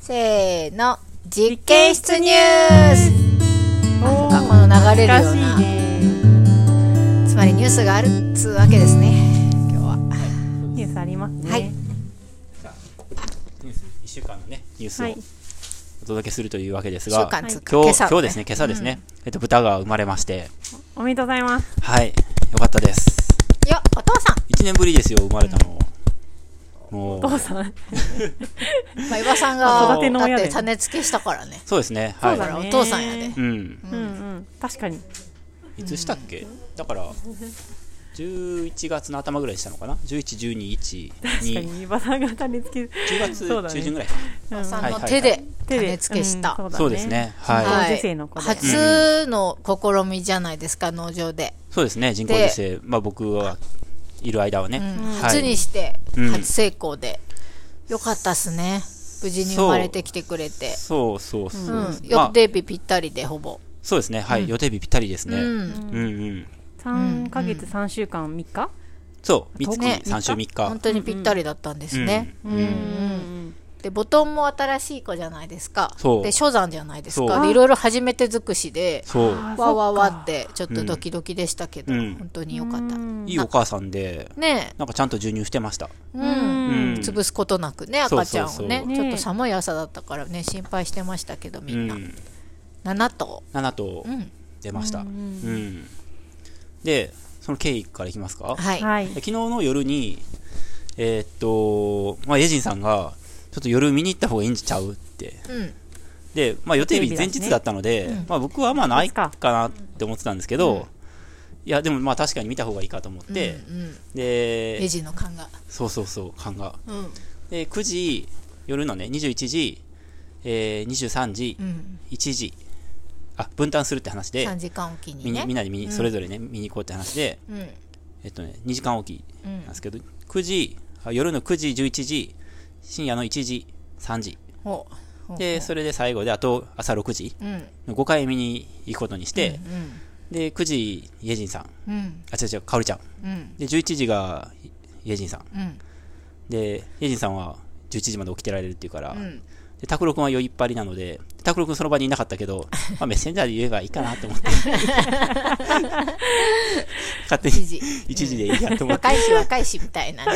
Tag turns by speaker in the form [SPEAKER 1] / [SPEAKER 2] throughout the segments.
[SPEAKER 1] せーの実験室ニュースなんかこの流れるような、
[SPEAKER 2] ね
[SPEAKER 1] つまりニュースがあるっつうわけですね今日は
[SPEAKER 2] ニュースありますね
[SPEAKER 1] はい
[SPEAKER 3] じゃあニュース1週間のねニュース
[SPEAKER 2] はい
[SPEAKER 3] をお届けするというわけです
[SPEAKER 1] 一
[SPEAKER 3] が、
[SPEAKER 1] 週間つうか
[SPEAKER 3] 今
[SPEAKER 1] 今
[SPEAKER 3] 日
[SPEAKER 1] 朝
[SPEAKER 3] 今日ですね今朝ですね、えっと豚が生まれまして
[SPEAKER 2] おめでとうございます
[SPEAKER 3] はいよかったです
[SPEAKER 1] うんよお父さ
[SPEAKER 3] 1年ぶりですよ生まれたの、も
[SPEAKER 2] お
[SPEAKER 3] う
[SPEAKER 2] 父さん
[SPEAKER 1] ん、まあ、岩さん
[SPEAKER 3] ま
[SPEAKER 1] が
[SPEAKER 3] あ育て
[SPEAKER 2] の
[SPEAKER 1] だ
[SPEAKER 2] 親
[SPEAKER 1] っ
[SPEAKER 2] で
[SPEAKER 1] て種付けしたからね
[SPEAKER 3] そうですねは
[SPEAKER 2] そう
[SPEAKER 3] い
[SPEAKER 1] だ
[SPEAKER 2] だ
[SPEAKER 1] から
[SPEAKER 2] ね
[SPEAKER 1] お父さんやで
[SPEAKER 3] うん
[SPEAKER 2] うんうん確かに
[SPEAKER 3] いつしたっけ、だから11月の頭ぐらいにしたのかな111212
[SPEAKER 2] 確かにバタがたりつけ
[SPEAKER 3] 10月
[SPEAKER 2] そうだね
[SPEAKER 3] 中旬ぐらい
[SPEAKER 2] うん
[SPEAKER 1] お父さんの
[SPEAKER 3] はいはい
[SPEAKER 1] 手で
[SPEAKER 2] 手で
[SPEAKER 1] 種付けした、
[SPEAKER 2] うん
[SPEAKER 3] そうですね
[SPEAKER 2] だね
[SPEAKER 3] はい
[SPEAKER 2] 人工授精の子で
[SPEAKER 1] 初の試みじゃないですか農場で、
[SPEAKER 3] そうですね人工授精まあ僕はいる間はね、
[SPEAKER 1] うん
[SPEAKER 3] は
[SPEAKER 1] 初
[SPEAKER 3] い
[SPEAKER 1] にして
[SPEAKER 3] うん
[SPEAKER 1] 初成功で、よかったっすね無事に生まれてきてくれて
[SPEAKER 3] そうそうそうう、
[SPEAKER 1] ん、
[SPEAKER 3] ま
[SPEAKER 1] 予
[SPEAKER 3] あ
[SPEAKER 1] 定日ぴったりでほぼ、
[SPEAKER 3] そうですねはい、予定日ぴったりですね、
[SPEAKER 1] う
[SPEAKER 3] うん、
[SPEAKER 1] ん
[SPEAKER 3] うん
[SPEAKER 2] 3ヶ月3週間3日
[SPEAKER 3] そう三
[SPEAKER 1] ね
[SPEAKER 3] 月三週三日
[SPEAKER 1] 本当にぴったりだったんですね、
[SPEAKER 3] う
[SPEAKER 2] うんん
[SPEAKER 3] うん
[SPEAKER 2] うん
[SPEAKER 1] でボトンも新しい子じゃないですか
[SPEAKER 3] そう
[SPEAKER 1] で初山じゃないです
[SPEAKER 3] そ
[SPEAKER 1] か
[SPEAKER 3] う
[SPEAKER 1] でいろいろ初めて尽くしで
[SPEAKER 3] そう
[SPEAKER 2] あ
[SPEAKER 1] わわわ
[SPEAKER 2] そっか
[SPEAKER 1] ってちょっとドキドキでしたけど、
[SPEAKER 3] うん
[SPEAKER 1] 本当によかった、
[SPEAKER 2] うん
[SPEAKER 3] いいお母さんで
[SPEAKER 1] ね
[SPEAKER 3] なんかちゃんと授乳してました
[SPEAKER 1] え、う
[SPEAKER 2] うんん
[SPEAKER 3] うん
[SPEAKER 1] 潰すことなくね
[SPEAKER 3] そう
[SPEAKER 1] 赤ち
[SPEAKER 3] そ
[SPEAKER 1] ゃん
[SPEAKER 3] う
[SPEAKER 1] を
[SPEAKER 3] そう
[SPEAKER 1] ね
[SPEAKER 2] ね
[SPEAKER 1] ちょっと寒い朝だったからね心配してましたけどみ
[SPEAKER 3] うん
[SPEAKER 1] な、
[SPEAKER 3] ん
[SPEAKER 1] 7頭
[SPEAKER 3] 7頭
[SPEAKER 1] うん
[SPEAKER 3] 出ました、う
[SPEAKER 2] うんん
[SPEAKER 3] でその経緯からいきますか、
[SPEAKER 1] はい、
[SPEAKER 2] はい
[SPEAKER 3] 昨日の夜にえーっと、まあ、エジンさんがちょっと夜見に行った方がいいんちゃうって
[SPEAKER 1] うん
[SPEAKER 3] で、まあ、予定日
[SPEAKER 2] 予定日だ
[SPEAKER 3] 前
[SPEAKER 2] ね
[SPEAKER 3] 日だったので、
[SPEAKER 1] うん
[SPEAKER 3] まあ、僕はまあない
[SPEAKER 2] そ
[SPEAKER 3] か
[SPEAKER 2] っか
[SPEAKER 3] なって思ってたんですけど、いやでもまあ確かに見た方がいいかと思って、
[SPEAKER 1] うんうん、
[SPEAKER 3] で
[SPEAKER 1] レジの勘が、
[SPEAKER 3] そうそうそう勘が
[SPEAKER 1] うん
[SPEAKER 3] で9時夜のね21時、えー、23時、
[SPEAKER 1] うん、
[SPEAKER 3] 1時あ分担するって話で、
[SPEAKER 1] 3時間おきに
[SPEAKER 3] み
[SPEAKER 1] ね
[SPEAKER 3] みんなで見に、それぞれね見に行こうって話で
[SPEAKER 1] うんうん
[SPEAKER 3] えっとね2時間おきなんですけど、9時あ夜の9時11時深夜の1時3時
[SPEAKER 1] ほうほう
[SPEAKER 3] でそれで最後であと朝6時
[SPEAKER 1] うんうん
[SPEAKER 3] の5回見に行くことにして、で9時イエジンさん
[SPEAKER 1] うん
[SPEAKER 3] あ違う違うかおりちゃん
[SPEAKER 1] うん
[SPEAKER 3] で11時がイエジンさん
[SPEAKER 1] うん
[SPEAKER 3] でイエジンさんは11時まで起きてられるっていうから、
[SPEAKER 1] うん
[SPEAKER 3] で拓郎君は酔いっぱりなので拓郎君その場にいなかった けど、まあ、メッセンジャーで言えばいいかなと思って勝手に
[SPEAKER 1] 一時
[SPEAKER 3] 1時でいいやと思って
[SPEAKER 1] 若いし若いしみたいなね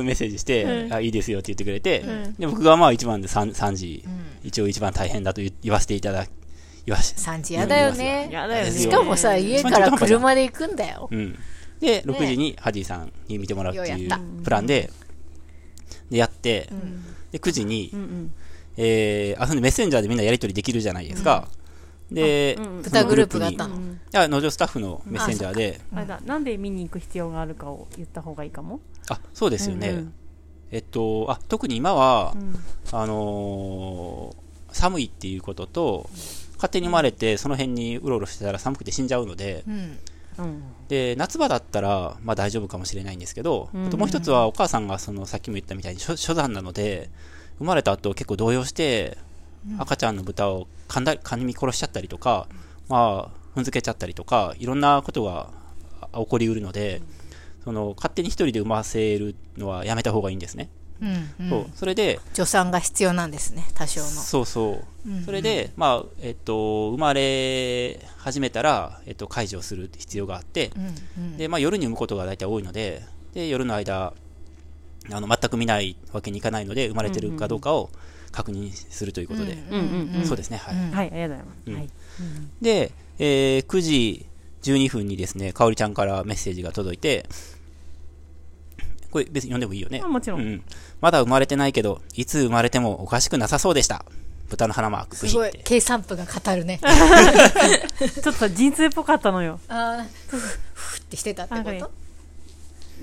[SPEAKER 3] メッセージして、あいいですよって言ってくれて、
[SPEAKER 2] ん
[SPEAKER 3] で僕がまあ一番で 3, 3時、一応一番大変だと言言わせていただき言わし
[SPEAKER 1] 3時やだよね
[SPEAKER 2] やだよね
[SPEAKER 3] です
[SPEAKER 1] しかもさ家から車で行くんだよ
[SPEAKER 3] うん、で6時にハジーさんに見てもらうって
[SPEAKER 1] よう
[SPEAKER 3] い
[SPEAKER 1] やった
[SPEAKER 3] うプランででやって、で9時に、
[SPEAKER 2] うんうん
[SPEAKER 3] えーあそんでメッセンジャーでみんなやり取りできるじゃないですか、で、
[SPEAKER 2] あうん
[SPEAKER 3] その
[SPEAKER 1] 豚グループがあった
[SPEAKER 3] に
[SPEAKER 1] の
[SPEAKER 2] うん
[SPEAKER 3] いや農場スタッフのメッセンジャーで
[SPEAKER 2] あれだなんで見に行く必要があるかを言った方がいいかも
[SPEAKER 3] あそうですよね、
[SPEAKER 2] うんうん
[SPEAKER 3] えっとあ特に今は、
[SPEAKER 2] うん
[SPEAKER 3] あのー寒いっていうことと勝手に生まれてその辺にうろうろしてたら寒くて死んじゃうので
[SPEAKER 1] うん
[SPEAKER 2] うん
[SPEAKER 3] で夏場だったら、まあ、大丈夫かもしれないんですけど、
[SPEAKER 2] うん
[SPEAKER 3] あともう一つはお母さんがそのさっきも言ったみたいに初初産なので生まれた後結構動揺して赤ちゃんの豚を噛んだ噛み殺しちゃったりとか、まあ、踏んづけちゃったりとかいろんなことがあ起こりうるのでその勝手に一人で産ませるのはやめた方がいいんですね。
[SPEAKER 1] うんう
[SPEAKER 3] そうんそれで
[SPEAKER 1] 助産が必要なんですね多少の
[SPEAKER 3] そうそう、
[SPEAKER 1] うん
[SPEAKER 3] それで、まあえっと、生まれ始めたら、えっと、介助をする必要があって、
[SPEAKER 1] うんうん
[SPEAKER 3] でまあ、夜に産むことが大体多いのでで夜の間あの全く見ないわけにいかないので生まれてるかどうかを確認するということで、
[SPEAKER 2] うんうんうん
[SPEAKER 3] そうですねはい、
[SPEAKER 1] うん
[SPEAKER 2] はいありがとうございます
[SPEAKER 3] うん
[SPEAKER 2] はい
[SPEAKER 3] で、えー9時12分にですねかおりちゃんからメッセージが届いてこれ別に読んでもいいよね
[SPEAKER 2] あもちろん
[SPEAKER 3] ううまだ生まれてないけどいつ生まれてもおかしくなさそうでした豚の花マークブ
[SPEAKER 1] す
[SPEAKER 3] ヒ
[SPEAKER 1] ご
[SPEAKER 3] っ
[SPEAKER 1] い
[SPEAKER 3] て
[SPEAKER 1] 計算部が語るね
[SPEAKER 2] ちょっと陣痛っぽかったのよ
[SPEAKER 1] あーふふふってしてたって
[SPEAKER 2] なんか
[SPEAKER 1] こ
[SPEAKER 2] ね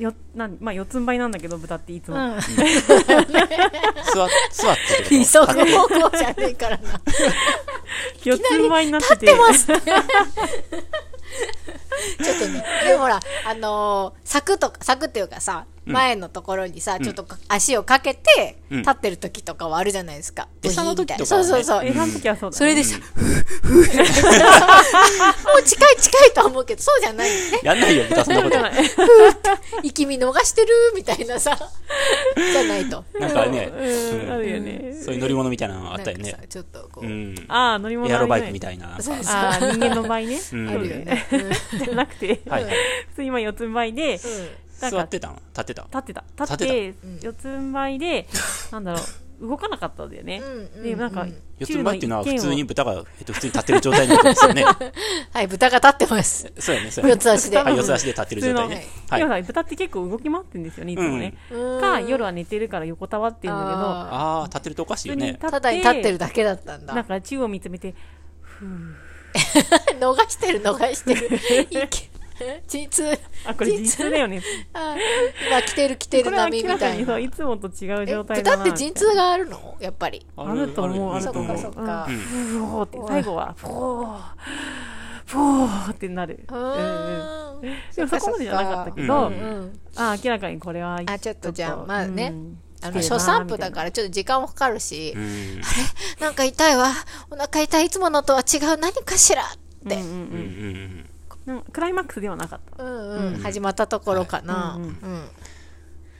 [SPEAKER 2] よなんまあ四つん這いなんだけど豚っていつ
[SPEAKER 1] とう
[SPEAKER 2] も、
[SPEAKER 1] ん
[SPEAKER 3] 座っ座ってっ
[SPEAKER 1] 急
[SPEAKER 3] てこと
[SPEAKER 1] ぐ方向じゃねえからな
[SPEAKER 2] 四つん這いになってて
[SPEAKER 1] ちょっとねでもほらあのー柵とか柵っていうかさ前のところにさ、ちょっと足をかけて、
[SPEAKER 3] うん
[SPEAKER 1] 立ってる時とかはあるじゃないですか。
[SPEAKER 3] 餌の時とかは
[SPEAKER 1] そう
[SPEAKER 3] ね
[SPEAKER 1] そうそう。
[SPEAKER 3] ん
[SPEAKER 2] 餌の時はそうだ、ね、
[SPEAKER 1] それで さ、ふふもう近い近いとは思うけど、そうじゃないよね。
[SPEAKER 3] やんないよ、豚そんな こと。
[SPEAKER 1] 息見逃してるみたいなさ、じゃないと。
[SPEAKER 3] なんかね、
[SPEAKER 2] うんあるよね
[SPEAKER 3] そういう乗り物みたいなのあったよ
[SPEAKER 1] なん
[SPEAKER 3] ね
[SPEAKER 1] か。さちょっとこう、
[SPEAKER 3] うん。
[SPEAKER 2] ああ乗り物
[SPEAKER 3] エアロバイクみ
[SPEAKER 2] たい
[SPEAKER 3] たいな。
[SPEAKER 1] そうそう
[SPEAKER 2] ああ人間の場合ね、
[SPEAKER 3] うん
[SPEAKER 1] あ
[SPEAKER 2] そう
[SPEAKER 1] る
[SPEAKER 2] だ
[SPEAKER 1] よ
[SPEAKER 2] よ
[SPEAKER 1] ね。
[SPEAKER 2] ね
[SPEAKER 1] うん
[SPEAKER 2] じゃなくて
[SPEAKER 3] はいはい。
[SPEAKER 2] 普通に今四つん這いで立
[SPEAKER 1] うん
[SPEAKER 2] なん
[SPEAKER 3] 座
[SPEAKER 2] か
[SPEAKER 3] ってたの立ってた。
[SPEAKER 2] ってた立っ
[SPEAKER 3] 立
[SPEAKER 2] て
[SPEAKER 1] うん
[SPEAKER 2] 四つん這いでなんだろう動かなかったんだよね、
[SPEAKER 1] うんうん
[SPEAKER 2] でなんか
[SPEAKER 1] うん
[SPEAKER 3] 四つん這いっていうのは普通に
[SPEAKER 2] 九
[SPEAKER 3] 豚が、えっと、普通に立ってる状態のことですよ ね。
[SPEAKER 1] はい、豚が立ってます。
[SPEAKER 3] そうやね、そうや
[SPEAKER 1] 四
[SPEAKER 3] ね。
[SPEAKER 1] つ足で。
[SPEAKER 3] はい、四つ足で立ってる状態ね。
[SPEAKER 2] の意見
[SPEAKER 3] は
[SPEAKER 2] を
[SPEAKER 3] い。
[SPEAKER 2] 要は豚って結構動き回ってんですよねいつもね、
[SPEAKER 1] うん
[SPEAKER 2] か夜は寝てるから横たわってるんだけど
[SPEAKER 1] あ
[SPEAKER 3] ああ、立ってるとおかしいよね。
[SPEAKER 1] ただに立ってるだけだったんだ。
[SPEAKER 2] なんか宙を見つめて
[SPEAKER 1] 逃してる逃してる。いけ実
[SPEAKER 2] あこれ実痛だ よね
[SPEAKER 1] あ今来てる来て
[SPEAKER 2] こ
[SPEAKER 1] る
[SPEAKER 2] れは
[SPEAKER 1] 波み
[SPEAKER 2] 明らか
[SPEAKER 1] たい
[SPEAKER 2] に
[SPEAKER 1] な
[SPEAKER 2] そう。いつもと違う
[SPEAKER 1] え
[SPEAKER 2] 状態だ
[SPEAKER 1] 豚
[SPEAKER 2] な
[SPEAKER 1] って陣痛があるのやっぱり。
[SPEAKER 2] あると思うあると思う
[SPEAKER 1] そっかそっか
[SPEAKER 2] うんふおーって
[SPEAKER 1] うん
[SPEAKER 2] 最後はふおーふおーってなる
[SPEAKER 1] う
[SPEAKER 2] うんうん
[SPEAKER 1] ん。
[SPEAKER 2] でもそこまでじゃなかったけ
[SPEAKER 3] そ
[SPEAKER 2] ど
[SPEAKER 3] っか
[SPEAKER 1] うん
[SPEAKER 2] あ明らかにこれは
[SPEAKER 1] あちょっとじゃあまあね
[SPEAKER 2] うん
[SPEAKER 1] あの
[SPEAKER 2] 来てるな
[SPEAKER 1] 初散歩だからちょっと時間もかかるし
[SPEAKER 3] う、ん。
[SPEAKER 1] なんか痛いわ、お腹痛い、いつものとは違う何かしらっ
[SPEAKER 2] う
[SPEAKER 1] て
[SPEAKER 2] ん、うん
[SPEAKER 3] うんう
[SPEAKER 2] うん
[SPEAKER 3] うんん。
[SPEAKER 2] なんかクライマックスではなかった
[SPEAKER 1] うんうん、始まったところかな。
[SPEAKER 2] は
[SPEAKER 1] う
[SPEAKER 2] い
[SPEAKER 1] ん
[SPEAKER 2] うん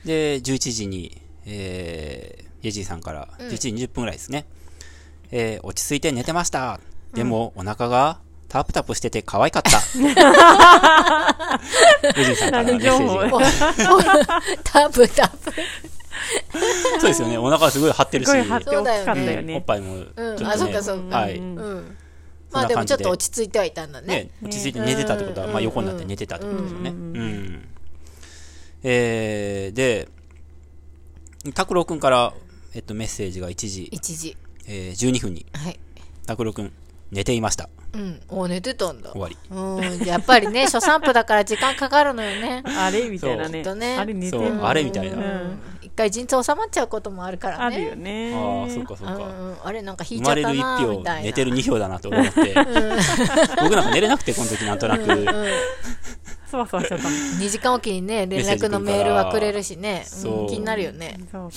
[SPEAKER 3] で、11時に、えー、イェジーさんから、
[SPEAKER 1] うん
[SPEAKER 3] 11時20分ぐらいですね。えー、落ち着いて寝てました。でも、お腹が、タプタプしてて可愛か った。イェジーさんからの
[SPEAKER 2] 何
[SPEAKER 3] メッセ
[SPEAKER 2] 情
[SPEAKER 3] ー
[SPEAKER 2] 報
[SPEAKER 3] ジ。
[SPEAKER 1] おお タブタブ。
[SPEAKER 3] そうですよね。お腹すごい張ってる
[SPEAKER 2] す
[SPEAKER 3] し、
[SPEAKER 2] ごい張って
[SPEAKER 3] お
[SPEAKER 2] 大きかったよ
[SPEAKER 3] っ
[SPEAKER 2] ね
[SPEAKER 3] ぱいも、ちょっ
[SPEAKER 1] う
[SPEAKER 3] と
[SPEAKER 1] んあそうかそう
[SPEAKER 3] ね、
[SPEAKER 1] か
[SPEAKER 3] はい。
[SPEAKER 2] うん
[SPEAKER 1] うん。
[SPEAKER 3] そ
[SPEAKER 1] ま
[SPEAKER 3] ん
[SPEAKER 1] あ
[SPEAKER 3] な
[SPEAKER 1] でも
[SPEAKER 3] 感
[SPEAKER 1] ちょ
[SPEAKER 3] じ
[SPEAKER 1] っ
[SPEAKER 3] で
[SPEAKER 1] と落ち着いてはいたんだね
[SPEAKER 3] ね。、落ち着いて寝てたってことは、
[SPEAKER 1] うん
[SPEAKER 3] まあ横になって寝てたってことですよね。う
[SPEAKER 2] うんん。
[SPEAKER 3] えー、で、拓郎くんから、えっと、メッセージが1時、
[SPEAKER 1] 一時。
[SPEAKER 3] えー、12分に、
[SPEAKER 1] はい。
[SPEAKER 3] 拓郎くん、寝ていました。
[SPEAKER 1] うん。お寝てたんだ
[SPEAKER 3] 終。わり。
[SPEAKER 1] うん。やっぱりね、初散歩だから時間かかるのよね。
[SPEAKER 2] あれみたいな
[SPEAKER 1] そう
[SPEAKER 2] ね
[SPEAKER 1] きっとね
[SPEAKER 2] あれ寝て
[SPEAKER 3] そう
[SPEAKER 2] る
[SPEAKER 3] あれみたいな
[SPEAKER 2] うん
[SPEAKER 1] 一回陣痛収まっちゃうこともあるから
[SPEAKER 2] あ
[SPEAKER 1] ね。
[SPEAKER 2] るよね
[SPEAKER 3] ああ、そうかそう
[SPEAKER 1] うん
[SPEAKER 3] か。
[SPEAKER 1] うんあれなんか引い
[SPEAKER 3] 生
[SPEAKER 1] ちゃった
[SPEAKER 3] まれる一
[SPEAKER 1] なー
[SPEAKER 3] 票
[SPEAKER 1] みたいな。
[SPEAKER 3] 寝てる二票だなと思って 僕なんか寝れなくてこの時なんとなく
[SPEAKER 2] そわそわしちゃったの
[SPEAKER 1] 2時間おきにね、連
[SPEAKER 3] メッセージ
[SPEAKER 1] 絡
[SPEAKER 3] 来るから
[SPEAKER 1] のメールはくれるしね。
[SPEAKER 3] そう
[SPEAKER 1] うん気になるよね。
[SPEAKER 2] そうか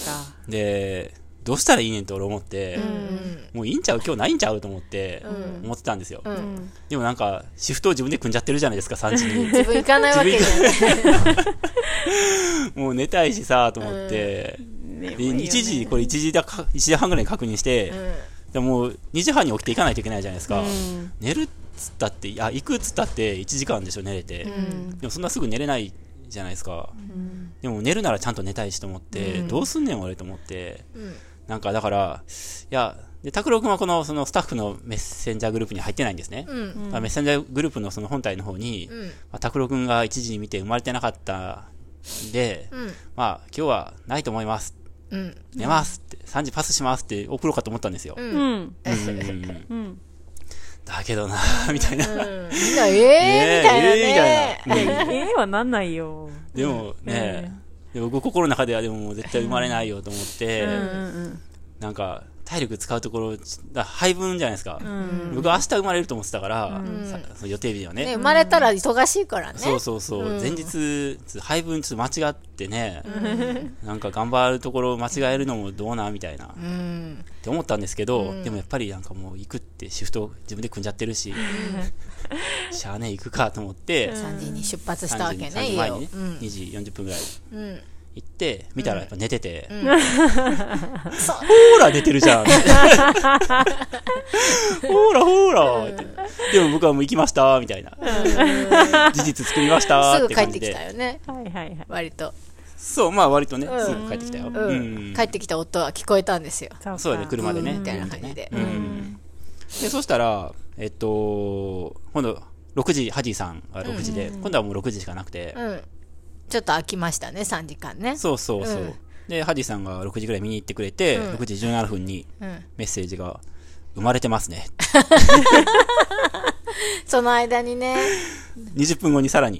[SPEAKER 3] でどうしたらいいねんって俺思って、
[SPEAKER 1] うん
[SPEAKER 3] もういいんちゃう今日ないんちゃうと思って思ってたんですよ、
[SPEAKER 1] うん。
[SPEAKER 3] でもなんかシフトを自分で組んじゃってるじゃないですか3 時に
[SPEAKER 1] 自分行かないわけじゃない。
[SPEAKER 3] もう寝たいしさと思って、
[SPEAKER 2] ね
[SPEAKER 3] で1時これ1時だか1時半ぐらいに確認して、でもう2時半に起きていかないといけないじゃないですか、
[SPEAKER 2] うん
[SPEAKER 3] 寝るっつったってあ行くっつったって1時間でしょ寝れて、
[SPEAKER 2] うん
[SPEAKER 3] でもそんなすぐ寝れないじゃないですか、
[SPEAKER 2] うん
[SPEAKER 3] でも寝るならちゃんと寝たいしと思って、どうすんねん俺と思って、
[SPEAKER 1] ん
[SPEAKER 3] なんかだから、いや、で、拓郎くんはこの、そのスタッフのメッセンジャーグループに入ってないんですね。
[SPEAKER 1] うん。
[SPEAKER 3] まあメッセンジャーグループのその本体の方に、
[SPEAKER 1] うん。
[SPEAKER 3] まあ拓郎くんが一時に見て生まれてなかったんで、
[SPEAKER 1] うん。
[SPEAKER 3] まあ今日はないと思います。
[SPEAKER 1] うん。
[SPEAKER 3] 寝ますって、3時パスしますって送ろうかと思ったんですよ。
[SPEAKER 1] うん。
[SPEAKER 2] うん
[SPEAKER 3] うんうんうん
[SPEAKER 2] うん
[SPEAKER 3] だけどなみたいな。
[SPEAKER 1] うんみんな、えーみたいなね。
[SPEAKER 3] えーみたいな。うん
[SPEAKER 2] ええはなんないよ
[SPEAKER 3] でもね、で僕心の中ではでももう絶対生まれないよと思って、
[SPEAKER 2] うんうん
[SPEAKER 3] なんか、体力使うところ、だ配分じゃないですか。
[SPEAKER 2] うん
[SPEAKER 3] 僕は明日生まれると思ってたから、
[SPEAKER 2] うん
[SPEAKER 3] さその予定日はね。
[SPEAKER 1] ね、生まれたら忙しいからね。
[SPEAKER 3] そうそうそう。前日、配分ちょっと間違ってね、なんか頑張るところ間違えるのもどうな、みたいな、っ
[SPEAKER 1] うん。
[SPEAKER 3] て思ったんですけど、でもやっぱりなんかもう行くってシフト自分で組んじゃってるし、しゃあね、行くかと思って、
[SPEAKER 1] 3時に出発したわ
[SPEAKER 3] 3時
[SPEAKER 1] け
[SPEAKER 3] に
[SPEAKER 1] ね、
[SPEAKER 3] 3時
[SPEAKER 1] 家
[SPEAKER 3] 前
[SPEAKER 1] を。
[SPEAKER 3] にね、
[SPEAKER 1] うん。
[SPEAKER 3] 2時40分ぐらい
[SPEAKER 1] うん。
[SPEAKER 3] 行って、見たらやっぱ寝てて、
[SPEAKER 1] ん
[SPEAKER 3] さほーら寝てるじ ゃん。ほーらほーらって。でも僕はもう行きました、みたいな。事実作りました
[SPEAKER 1] す
[SPEAKER 3] っ
[SPEAKER 1] ぐ
[SPEAKER 3] て
[SPEAKER 1] 帰っ
[SPEAKER 3] 感じ
[SPEAKER 1] てきた
[SPEAKER 3] で。
[SPEAKER 1] よね、
[SPEAKER 2] はいはいはい
[SPEAKER 1] 割と。
[SPEAKER 3] そう、まあ割とね、
[SPEAKER 1] うん
[SPEAKER 3] すぐ帰ってきたよ。
[SPEAKER 1] う。
[SPEAKER 3] うんん
[SPEAKER 1] 帰ってきた音は聞こえたんですよ。
[SPEAKER 2] そか
[SPEAKER 3] そうだね、車でね。
[SPEAKER 1] みたいな感じで。
[SPEAKER 3] うんで、そしたら、えっと、今度、6時、ハジーさんが6時で、今度はもう6時しかなくて、
[SPEAKER 1] うん。ちょっと飽きましたね、3時間ね。
[SPEAKER 3] そうそうそ
[SPEAKER 1] う
[SPEAKER 3] う。
[SPEAKER 1] ん
[SPEAKER 3] で、ハジーさんが6時ぐらい見に行ってくれて、
[SPEAKER 1] うん
[SPEAKER 3] 6時17分に
[SPEAKER 1] うん。
[SPEAKER 3] メッセージが、生まれてますね。
[SPEAKER 1] その間に ね、
[SPEAKER 3] 20分後にさらに、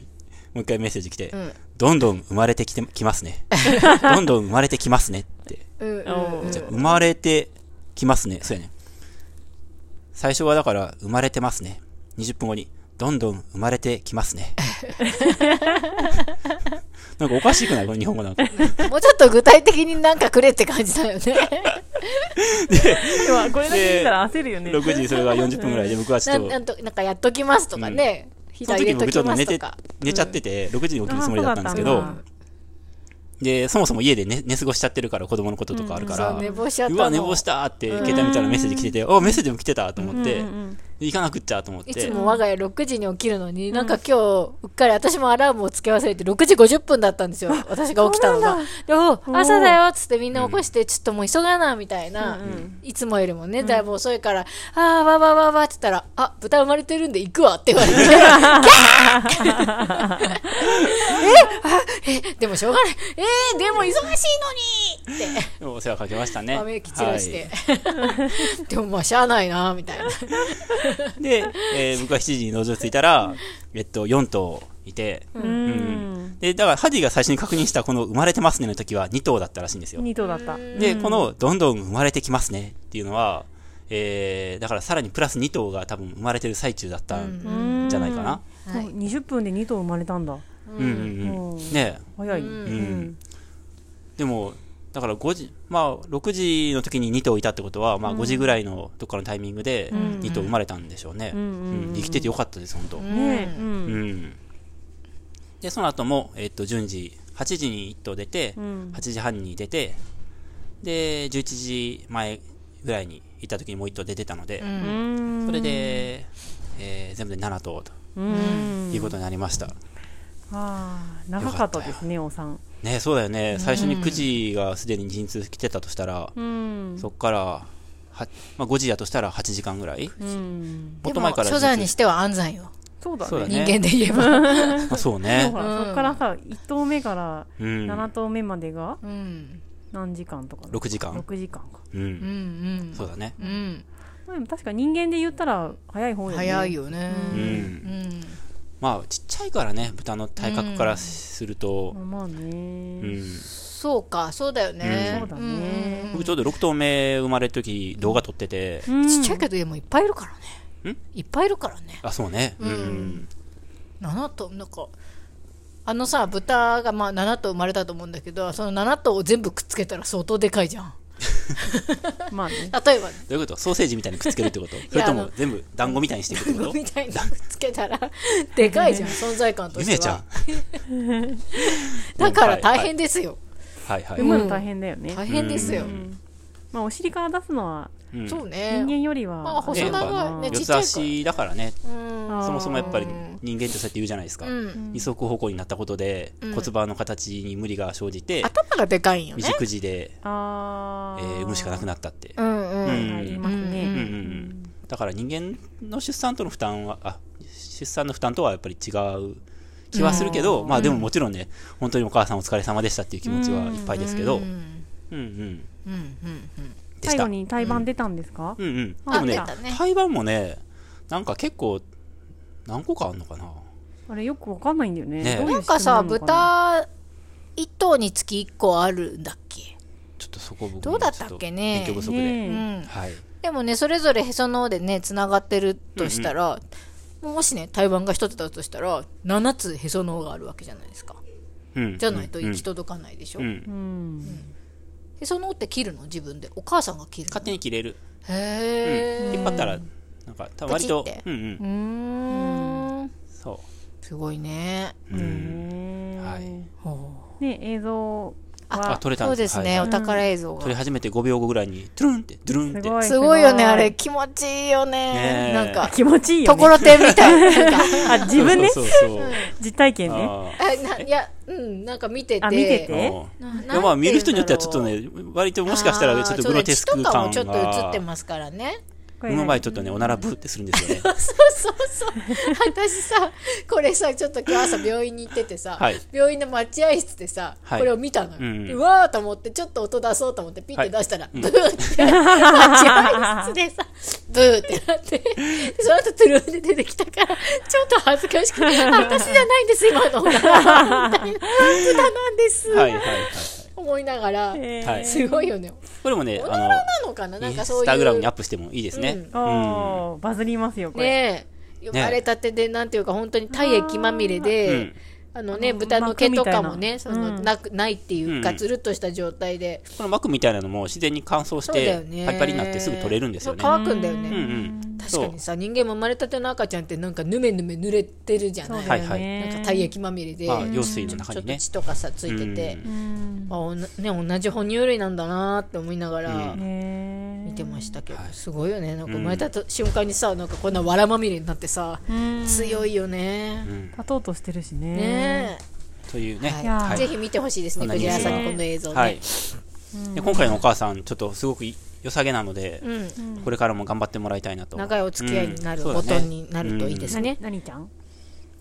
[SPEAKER 3] もう一回メッセージ来て、
[SPEAKER 1] ん
[SPEAKER 3] どんどん生まれてきて、きま すね。どんどん生まれてきますねって。
[SPEAKER 1] うん。
[SPEAKER 2] お
[SPEAKER 1] うん
[SPEAKER 2] ー
[SPEAKER 3] じゃ生まれてきますね。そうやね。最初はだから、生まれてますね。20分後に、どんどん生まれてきますね。 なんかおかしくないこの日本語なんか。
[SPEAKER 1] もうちょっと具体的になんかくれって感じ だよね。
[SPEAKER 2] ではこれだけ見たら焦るよね
[SPEAKER 3] 6時にそれが40分ぐらいで僕はち
[SPEAKER 1] な
[SPEAKER 3] ょ
[SPEAKER 1] ん
[SPEAKER 3] っ
[SPEAKER 1] な
[SPEAKER 3] と、
[SPEAKER 1] んとなんかやっときますとかね、
[SPEAKER 3] そ
[SPEAKER 1] 膝
[SPEAKER 3] の
[SPEAKER 1] 入
[SPEAKER 3] 時
[SPEAKER 1] れ
[SPEAKER 3] に
[SPEAKER 1] と
[SPEAKER 3] 僕ちょ
[SPEAKER 1] き
[SPEAKER 3] っと
[SPEAKER 1] ま
[SPEAKER 3] 寝
[SPEAKER 1] す
[SPEAKER 3] て
[SPEAKER 1] とか。、
[SPEAKER 3] 寝ちゃってて、6時に起きるつもりだったんですけ
[SPEAKER 2] あ
[SPEAKER 3] ど
[SPEAKER 2] ー、
[SPEAKER 3] で、そもそも家で寝寝過ごしちゃってるから、子供のこととかあるか
[SPEAKER 1] そ
[SPEAKER 3] ら、
[SPEAKER 1] う、寝坊しちゃった
[SPEAKER 3] う
[SPEAKER 1] の。
[SPEAKER 3] わ、寝坊したって、携帯見たらメッセージ来てて、あ、メッセージも来てたと思って
[SPEAKER 2] うん、うん
[SPEAKER 3] 行かなくっちゃと思っ
[SPEAKER 1] いつ
[SPEAKER 3] て、
[SPEAKER 1] も我が家6時に起きるのに、なんか今日、うっかり私もアラームをつけ忘れて6時50分だったんですよ。私が起きたのが。で、お
[SPEAKER 2] おー
[SPEAKER 1] 朝だよっつってみんな起こして、ちょっともう急がな、みたいな。
[SPEAKER 2] うん
[SPEAKER 1] いつもよりもね、だいぶ遅いから、あー、わわわわって言ったら、あ、豚生まれてるんで行くわって言われて、キャーえあえ、でもしょうがない。えー、でも忙しいのにって。
[SPEAKER 3] お世話かけましたね。
[SPEAKER 1] 豆き散らして。 でもまあ、しゃあないな、みたいな。
[SPEAKER 3] はいで、えー僕は7時に農場着いたら、えっと、4頭いて、
[SPEAKER 2] うん
[SPEAKER 3] で、だからハディが最初に確認したこの生まれてますねの時は2頭だったらしいんです
[SPEAKER 2] う
[SPEAKER 3] よ
[SPEAKER 2] ん。二頭だったうん
[SPEAKER 3] で、このどんどん生まれてきますねっていうのは、えーだからさらにプラス2頭が多分生まれてる最中だったんじゃないかな。
[SPEAKER 1] はい
[SPEAKER 2] そう20分で二頭生まれたんだ
[SPEAKER 3] うんうん
[SPEAKER 2] う
[SPEAKER 3] う
[SPEAKER 2] ん
[SPEAKER 3] ん。ね
[SPEAKER 2] 早い
[SPEAKER 3] え。うん。でも、だから5時、まあ6時の時に2頭いたってことは、まあ5時ぐらいのどっかのタイミングで2頭生まれたんでしょうね。
[SPEAKER 2] うんうんうん
[SPEAKER 3] うん生きててよかったです、本当。
[SPEAKER 2] ねえう
[SPEAKER 3] うんん。で、その後も、えっと、順次、8時に1頭出て、
[SPEAKER 2] うん
[SPEAKER 3] 8時半に出て、で、11時前ぐらいに行った時にもう1頭出てたので、
[SPEAKER 2] うん
[SPEAKER 3] それで、えー全部で7頭と
[SPEAKER 2] うん
[SPEAKER 3] いうことになりました。
[SPEAKER 2] あー長かったですねお産
[SPEAKER 3] ねそうだよね。最初に9時がすでに陣痛来てたとしたら、
[SPEAKER 2] うん
[SPEAKER 3] そっから、はまあ、5時だとしたら8時間ぐらい
[SPEAKER 2] うん
[SPEAKER 3] も
[SPEAKER 1] で
[SPEAKER 3] っと
[SPEAKER 1] も
[SPEAKER 3] 前から
[SPEAKER 1] 初
[SPEAKER 3] 陣
[SPEAKER 1] 代
[SPEAKER 3] 痛
[SPEAKER 1] にしては安産よ。
[SPEAKER 2] そうだ
[SPEAKER 3] そうだ
[SPEAKER 2] ね
[SPEAKER 3] ね
[SPEAKER 1] 人間で言えば。
[SPEAKER 3] まあそう
[SPEAKER 2] でも
[SPEAKER 3] ね
[SPEAKER 2] ほ。らそっからさ一頭目から
[SPEAKER 3] うん。
[SPEAKER 2] 七頭目までが
[SPEAKER 1] うん。
[SPEAKER 2] 何時間とか
[SPEAKER 3] 6時間。
[SPEAKER 2] 六時間か
[SPEAKER 3] う。
[SPEAKER 1] うんん
[SPEAKER 3] そうだね。
[SPEAKER 1] うん。うん。
[SPEAKER 2] まあでも確か人間で言ったら早い方よね
[SPEAKER 1] 早いよね。
[SPEAKER 3] う。
[SPEAKER 1] うんん。
[SPEAKER 3] まあ、ちっちゃいからね、豚の体格からすると、
[SPEAKER 2] まあまあ
[SPEAKER 3] う
[SPEAKER 2] ね
[SPEAKER 3] ん。
[SPEAKER 1] そうか、そうだよね。
[SPEAKER 2] うんそうだね
[SPEAKER 1] うんうん
[SPEAKER 3] 僕ちょうど6頭目生まれた時動画撮ってて、
[SPEAKER 2] うん
[SPEAKER 1] ちっちゃいけど、でもいっぱいいるからね
[SPEAKER 3] ん。
[SPEAKER 1] いっぱいいるからね。
[SPEAKER 3] あ、そうね。うん。
[SPEAKER 1] 7頭、なんか、あのさ、豚がまあ7頭生まれたと思うんだけど、その7頭を全部くっつけたら相当でかいじゃん。
[SPEAKER 2] まあね
[SPEAKER 1] 例えばね、
[SPEAKER 3] どういうことソーセージみたいにくっつけるってことそれ
[SPEAKER 1] や
[SPEAKER 3] と
[SPEAKER 1] あ
[SPEAKER 3] も
[SPEAKER 1] の
[SPEAKER 3] 全部団子みたいにしていくって こ
[SPEAKER 1] みたいにくっつけたら、 でかいじゃん、存在感
[SPEAKER 3] と
[SPEAKER 1] と
[SPEAKER 3] ゆ
[SPEAKER 1] して
[SPEAKER 3] めちゃん
[SPEAKER 1] は。。 だから大変ですよ。
[SPEAKER 3] はいはい。
[SPEAKER 2] 産むの大変だよね
[SPEAKER 1] 大変ですよ
[SPEAKER 3] う。
[SPEAKER 2] まあお尻から出すのは
[SPEAKER 3] うん
[SPEAKER 1] そうね
[SPEAKER 2] 人。間よりは
[SPEAKER 1] まあ細
[SPEAKER 3] ね
[SPEAKER 1] 長い
[SPEAKER 3] やっぱ
[SPEAKER 1] ね
[SPEAKER 3] 四
[SPEAKER 1] ちっち
[SPEAKER 3] つ
[SPEAKER 1] ゃいから
[SPEAKER 3] 足だからね、
[SPEAKER 1] うん
[SPEAKER 2] あー
[SPEAKER 3] そもそもやっぱり人間ってそうやって言うじゃないですか。
[SPEAKER 1] うん
[SPEAKER 3] 二足歩行になったことで
[SPEAKER 1] うん
[SPEAKER 3] 骨盤の形に無理が生じて、
[SPEAKER 1] 頭がでかいんよね
[SPEAKER 3] 未。熟児で、
[SPEAKER 2] あ
[SPEAKER 3] え
[SPEAKER 2] ー
[SPEAKER 3] ー産むしかなくなったって
[SPEAKER 1] う。んうん。
[SPEAKER 3] うん
[SPEAKER 2] はい言いますね
[SPEAKER 1] うん
[SPEAKER 3] うんうんうんだから人間の出産との負担はあ出産の負担とはやっぱり違う気はするけど、まあでももちろんね本当にお母さんお疲れ様でしたっていう気持ちはいっぱいですけど、う
[SPEAKER 1] うんん
[SPEAKER 3] うん、
[SPEAKER 1] うんうんうん。
[SPEAKER 3] でし
[SPEAKER 2] 最
[SPEAKER 3] た
[SPEAKER 2] 後に胎盤出たんですか
[SPEAKER 3] うんうん
[SPEAKER 2] あ
[SPEAKER 3] でもね
[SPEAKER 1] 出たね
[SPEAKER 3] 台湾もねなんか結構何個かあんのかな
[SPEAKER 2] あれよくわかんないんだよね
[SPEAKER 3] ねえ
[SPEAKER 2] どういう
[SPEAKER 1] なんかさ、
[SPEAKER 2] 仕組みなのか
[SPEAKER 1] 豚一頭につき一個あるんだっけ。
[SPEAKER 3] ちょっとそこ僕も
[SPEAKER 1] どうだったっけね
[SPEAKER 3] ちょっと勉強不足
[SPEAKER 2] な
[SPEAKER 3] で、
[SPEAKER 1] う
[SPEAKER 2] ね
[SPEAKER 1] ん。
[SPEAKER 3] はい
[SPEAKER 1] でもね、それぞれへその緒でね、つながってるとしたら、もしね、台湾が一つだとしたら、七つへその緒があるわけじゃないですか。
[SPEAKER 3] うん
[SPEAKER 1] じゃないと
[SPEAKER 3] うん
[SPEAKER 1] 行き届かないでしょ。
[SPEAKER 3] うんう
[SPEAKER 1] へ
[SPEAKER 2] えうんん
[SPEAKER 1] その緒って切るの自分で。お母さんが切るの
[SPEAKER 3] 勝手に切れる、うん
[SPEAKER 1] へ
[SPEAKER 3] 引
[SPEAKER 1] え。
[SPEAKER 3] っ張ったらなんかた割と
[SPEAKER 1] ポチって
[SPEAKER 3] うんうん
[SPEAKER 1] うーん。
[SPEAKER 3] そ
[SPEAKER 1] すごいね。
[SPEAKER 3] う、うん
[SPEAKER 2] ねえ
[SPEAKER 3] はい
[SPEAKER 2] ね映像
[SPEAKER 3] あ
[SPEAKER 2] は
[SPEAKER 3] 撮れたん
[SPEAKER 1] そう
[SPEAKER 3] で
[SPEAKER 1] ですすね、
[SPEAKER 3] はい
[SPEAKER 1] お宝映像が
[SPEAKER 3] 撮り。始めて5秒後ぐらいにドゥルンってドゥルンって
[SPEAKER 2] すごい
[SPEAKER 1] すごいよね、あれ。気持ちいいよ
[SPEAKER 3] ねえ
[SPEAKER 1] ね。なんか、
[SPEAKER 2] 気持ちいいよ
[SPEAKER 1] と
[SPEAKER 2] ね
[SPEAKER 1] ころてんみたい な。なんか
[SPEAKER 2] あ自分ね
[SPEAKER 3] そうそうそうそう
[SPEAKER 2] 実体験ね
[SPEAKER 3] あ
[SPEAKER 1] あないや、うん、なんか見てて。
[SPEAKER 2] あ見て
[SPEAKER 3] ー
[SPEAKER 2] てえ
[SPEAKER 3] うん
[SPEAKER 1] ななんて言う
[SPEAKER 3] いや
[SPEAKER 1] んだろう
[SPEAKER 3] まあ見る人によってはちょっとね割ともしかしたらちょっとグロテスク
[SPEAKER 1] あ
[SPEAKER 3] 感
[SPEAKER 1] ーそうだ血とかもちょっと映って
[SPEAKER 3] が
[SPEAKER 1] ますからね。
[SPEAKER 2] こ
[SPEAKER 3] こ
[SPEAKER 2] れ
[SPEAKER 3] の前ちょっとねおならブーってするんですよね
[SPEAKER 1] そうそうそう。私さ、これさ、ちょっと今日朝病院に行っててさ、
[SPEAKER 3] はい
[SPEAKER 1] 病院の待合室でさ、
[SPEAKER 3] はい
[SPEAKER 1] これを見たのよ。
[SPEAKER 3] うん
[SPEAKER 1] でうわーと思って、ちょっと音出そうと思って、ピッて出したら、
[SPEAKER 3] いうん
[SPEAKER 1] ブーって、待合室 でさ、ブーってなって、でその後トゥルーンで出てきたから、ちょっと恥ずかしくて、 あ私じゃないんです、今の。みたいな豚なんです、
[SPEAKER 3] はいはいはいはい
[SPEAKER 1] 思いながら、
[SPEAKER 2] えー
[SPEAKER 3] はい
[SPEAKER 1] すごいよね。
[SPEAKER 3] これもね
[SPEAKER 1] おならな
[SPEAKER 3] あ
[SPEAKER 1] のかな
[SPEAKER 3] の
[SPEAKER 1] なん
[SPEAKER 3] イン
[SPEAKER 1] かそういう。
[SPEAKER 3] スタグラムにアップしてもいいですね
[SPEAKER 1] うん
[SPEAKER 2] あーバズりますよこれ
[SPEAKER 1] ねえ。生まれたてで、なんていうか、本当に体液まみれで、
[SPEAKER 3] うん
[SPEAKER 1] あのね、豚の毛とかもね、そ
[SPEAKER 2] 膜
[SPEAKER 1] の
[SPEAKER 2] みたいなうん
[SPEAKER 1] なくないっていうか、
[SPEAKER 3] うん
[SPEAKER 1] つるっとした状態で、
[SPEAKER 3] この膜みたいなのも自然に乾燥し
[SPEAKER 1] そうだよ
[SPEAKER 3] て
[SPEAKER 1] ね。
[SPEAKER 3] パリパリになってすぐ取れるんですよね
[SPEAKER 1] そう乾くんだよね。
[SPEAKER 3] うんうん
[SPEAKER 1] 確かにさ、人間も生まれたての赤ちゃんって、なんかぬめぬめ濡れてるじゃない。
[SPEAKER 3] だよねはい
[SPEAKER 1] なんか体液まみれで、
[SPEAKER 3] まあ
[SPEAKER 1] ち
[SPEAKER 3] 羊水の
[SPEAKER 1] ょ
[SPEAKER 3] 中
[SPEAKER 1] ちょっ
[SPEAKER 3] に
[SPEAKER 1] と
[SPEAKER 3] ね
[SPEAKER 1] 血とかさ、ついてて、
[SPEAKER 3] う
[SPEAKER 2] うん
[SPEAKER 3] ん
[SPEAKER 1] あおなね、同じ哺乳類なんだなーって思いながら、
[SPEAKER 3] うん
[SPEAKER 2] ね
[SPEAKER 1] 見てましたけど、
[SPEAKER 3] はい
[SPEAKER 1] すごいよねなんか生まれたと瞬間にさなんかこんなわらまみれになってさ、
[SPEAKER 2] うん
[SPEAKER 1] 強いよね
[SPEAKER 3] う、ん
[SPEAKER 2] 立とうとしてるしね
[SPEAKER 1] ね
[SPEAKER 3] という
[SPEAKER 1] え、
[SPEAKER 3] ね、
[SPEAKER 1] はい
[SPEAKER 2] や
[SPEAKER 1] ぜひ見てほしいです
[SPEAKER 3] そ
[SPEAKER 1] ね
[SPEAKER 3] んなニ
[SPEAKER 1] 藤
[SPEAKER 3] ュ
[SPEAKER 1] 原
[SPEAKER 3] ース
[SPEAKER 1] さ
[SPEAKER 3] が
[SPEAKER 1] んのこの映像ね、
[SPEAKER 3] はい、で今回のお母さんちょっとすごくい良さげなので、
[SPEAKER 1] うん、
[SPEAKER 3] これからも頑張ってもらいたいなと
[SPEAKER 1] 長いお付き合いになる
[SPEAKER 3] う
[SPEAKER 1] こ
[SPEAKER 3] んそう
[SPEAKER 1] と
[SPEAKER 3] だね
[SPEAKER 1] になるといいですね,、
[SPEAKER 2] 何何ちゃん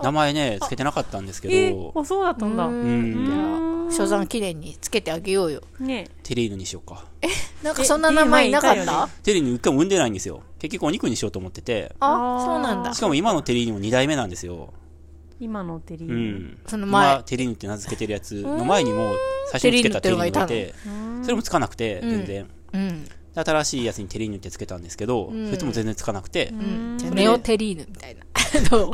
[SPEAKER 3] 名前ねつけてなかったんですけ
[SPEAKER 2] え
[SPEAKER 3] ど
[SPEAKER 2] あそうだったんだ
[SPEAKER 1] う
[SPEAKER 3] うんん
[SPEAKER 1] じゃ
[SPEAKER 2] うん
[SPEAKER 1] あ所存記念につけてあげようよ
[SPEAKER 2] ね
[SPEAKER 3] テリーヌにしようか
[SPEAKER 1] なんかそんな名前いなかっ
[SPEAKER 2] いい
[SPEAKER 1] た
[SPEAKER 2] 名前いたよ
[SPEAKER 3] テリーヌ一回も産んでないんですよ結局お肉にしようと思ってて
[SPEAKER 1] あそうなんだ
[SPEAKER 3] しかも今のテリーヌも2代目なんですよ
[SPEAKER 2] 今のテリー
[SPEAKER 3] う
[SPEAKER 2] ヌ
[SPEAKER 3] ん
[SPEAKER 1] その前
[SPEAKER 3] まあテリーヌって名付けてるやつの前にも最初につけたテリーヌがいてそれもつかなくて全然、
[SPEAKER 1] うん、
[SPEAKER 3] で新しいやつにテリーヌってつけたんですけど、そいつも全然つかなくて、
[SPEAKER 1] うん、じゃあネオテリーヌみたいな どう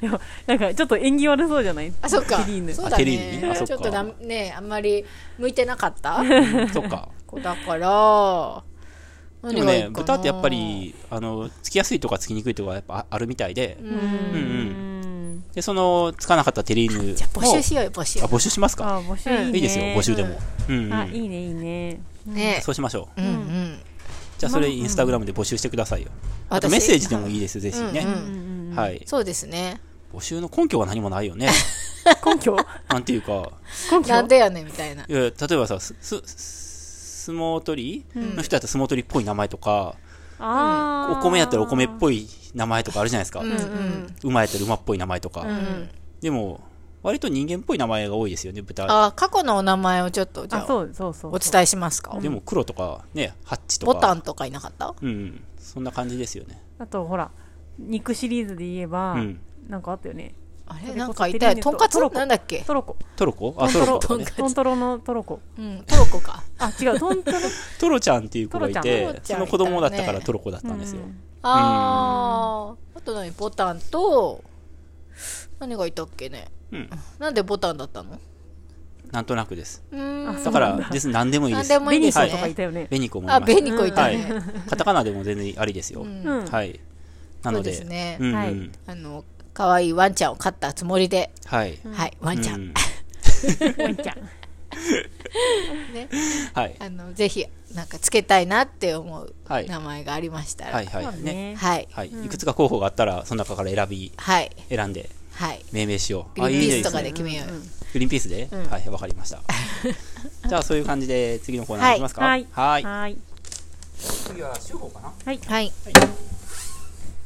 [SPEAKER 2] でもなんかちょっと縁起悪そうじゃない
[SPEAKER 1] あそっか
[SPEAKER 2] テリーヌ
[SPEAKER 1] そうだ
[SPEAKER 3] あテリーヌね
[SPEAKER 1] ね
[SPEAKER 3] あそっか
[SPEAKER 1] ちょっとだねあんまり向いてなか った
[SPEAKER 3] うんそっか
[SPEAKER 1] 子だから
[SPEAKER 3] でもね豚ってやっぱ、りあのつきやすいとかつきにくいとかやっぱあるみたいで、
[SPEAKER 1] 何がいいかなうん
[SPEAKER 3] うん
[SPEAKER 2] うん
[SPEAKER 3] でそのつかなかったテリーヌも
[SPEAKER 1] じゃあ募集しようよ募集
[SPEAKER 3] あ募集しますか
[SPEAKER 2] あ募集
[SPEAKER 1] うん
[SPEAKER 2] いいね
[SPEAKER 3] いいですよ募集でも、うんうん
[SPEAKER 2] あいいねいいね
[SPEAKER 1] ね
[SPEAKER 3] そうしましょう
[SPEAKER 1] うんうん
[SPEAKER 3] じゃあそれインスタグラムで募集してくださいよ、あと
[SPEAKER 1] 私
[SPEAKER 3] メッセージでもいいですぜひね
[SPEAKER 1] うんう、
[SPEAKER 2] うん うんうん
[SPEAKER 3] はい
[SPEAKER 1] そうですね
[SPEAKER 3] 募集の根拠が何もないよ ね
[SPEAKER 2] 根拠
[SPEAKER 3] なんていうか
[SPEAKER 2] 根拠
[SPEAKER 1] なんでやねんみたいない
[SPEAKER 3] や例えばさすすす相撲取りの人だったら相撲取りっぽい名前とか、
[SPEAKER 2] あー
[SPEAKER 3] お米やったらお米っぽい名前とかあるじゃないですか、
[SPEAKER 1] うんうん
[SPEAKER 3] 馬やったら馬っぽい名前とか、
[SPEAKER 1] うん
[SPEAKER 3] でも割と人間っぽい名前が多いですよね豚
[SPEAKER 1] あ過去のお名前をちょっとじゃ
[SPEAKER 2] あ
[SPEAKER 1] あ
[SPEAKER 2] そうそうそう
[SPEAKER 1] お伝えしますか
[SPEAKER 3] でも黒とかねハッチとか
[SPEAKER 1] ボタンとかいなかった
[SPEAKER 3] うんそんな感じですよね
[SPEAKER 2] あとほら肉シリーズで言えば、
[SPEAKER 3] うん
[SPEAKER 2] なんかあったよね
[SPEAKER 1] あ
[SPEAKER 2] そ
[SPEAKER 1] れ
[SPEAKER 2] れこそ
[SPEAKER 1] なんかいたよ
[SPEAKER 2] テリーヌ
[SPEAKER 1] と
[SPEAKER 2] と
[SPEAKER 1] んかつ
[SPEAKER 2] トロコ
[SPEAKER 1] なんだっけ
[SPEAKER 2] トロコ
[SPEAKER 3] トロコあトロコとかね
[SPEAKER 1] トン
[SPEAKER 2] トントロのトロコ
[SPEAKER 1] うんトロコか
[SPEAKER 2] あ違うトントロ
[SPEAKER 3] トロちゃんっていう子がい
[SPEAKER 1] ト
[SPEAKER 3] て
[SPEAKER 1] ロちゃ
[SPEAKER 3] そ
[SPEAKER 1] ん
[SPEAKER 3] の子供だったからトロコだったんですよ、
[SPEAKER 1] あーあと何ボタンと何がいたっけね
[SPEAKER 3] うん
[SPEAKER 1] なんでボタンだったの
[SPEAKER 3] なんとなくです
[SPEAKER 1] うーん
[SPEAKER 3] だからです何でもいいで
[SPEAKER 1] 何
[SPEAKER 3] す
[SPEAKER 1] でもい
[SPEAKER 2] ベ
[SPEAKER 1] いで
[SPEAKER 2] ニ
[SPEAKER 1] す
[SPEAKER 2] コ
[SPEAKER 1] ね
[SPEAKER 2] とかいたよね
[SPEAKER 3] ベニコもい
[SPEAKER 1] あ
[SPEAKER 3] ま
[SPEAKER 1] ベ
[SPEAKER 3] し
[SPEAKER 1] ニコい
[SPEAKER 3] た
[SPEAKER 1] た
[SPEAKER 3] はい
[SPEAKER 1] ね
[SPEAKER 3] カタカナでも全然ありですよ、
[SPEAKER 1] うん
[SPEAKER 2] うん
[SPEAKER 3] はいなので
[SPEAKER 1] そうですね
[SPEAKER 3] うんうん
[SPEAKER 2] はい
[SPEAKER 1] あの可愛いワンちゃんを飼ったつもりで、
[SPEAKER 3] はい、
[SPEAKER 1] はいワンちゃん、
[SPEAKER 3] うん
[SPEAKER 2] ワンちゃん
[SPEAKER 1] ね
[SPEAKER 3] はい
[SPEAKER 1] あのぜひなんかつけたいなって思う
[SPEAKER 3] はい
[SPEAKER 1] 名前がありましたら
[SPEAKER 3] は
[SPEAKER 1] はいい
[SPEAKER 3] はい
[SPEAKER 2] そう
[SPEAKER 3] はい
[SPEAKER 2] だ
[SPEAKER 3] ね
[SPEAKER 2] ね
[SPEAKER 1] はい
[SPEAKER 3] はい、いくつか候補があったらその中から選び
[SPEAKER 1] はい、
[SPEAKER 3] 選んで命名しよう
[SPEAKER 1] グリーンピース
[SPEAKER 3] あいいね
[SPEAKER 1] とかで決めようよ
[SPEAKER 3] グリーンピースで、はいわかりました じゃあそういう感じで次のコーナーいきますか
[SPEAKER 2] はい
[SPEAKER 3] はい
[SPEAKER 2] はい
[SPEAKER 3] 次は週報かな
[SPEAKER 1] はい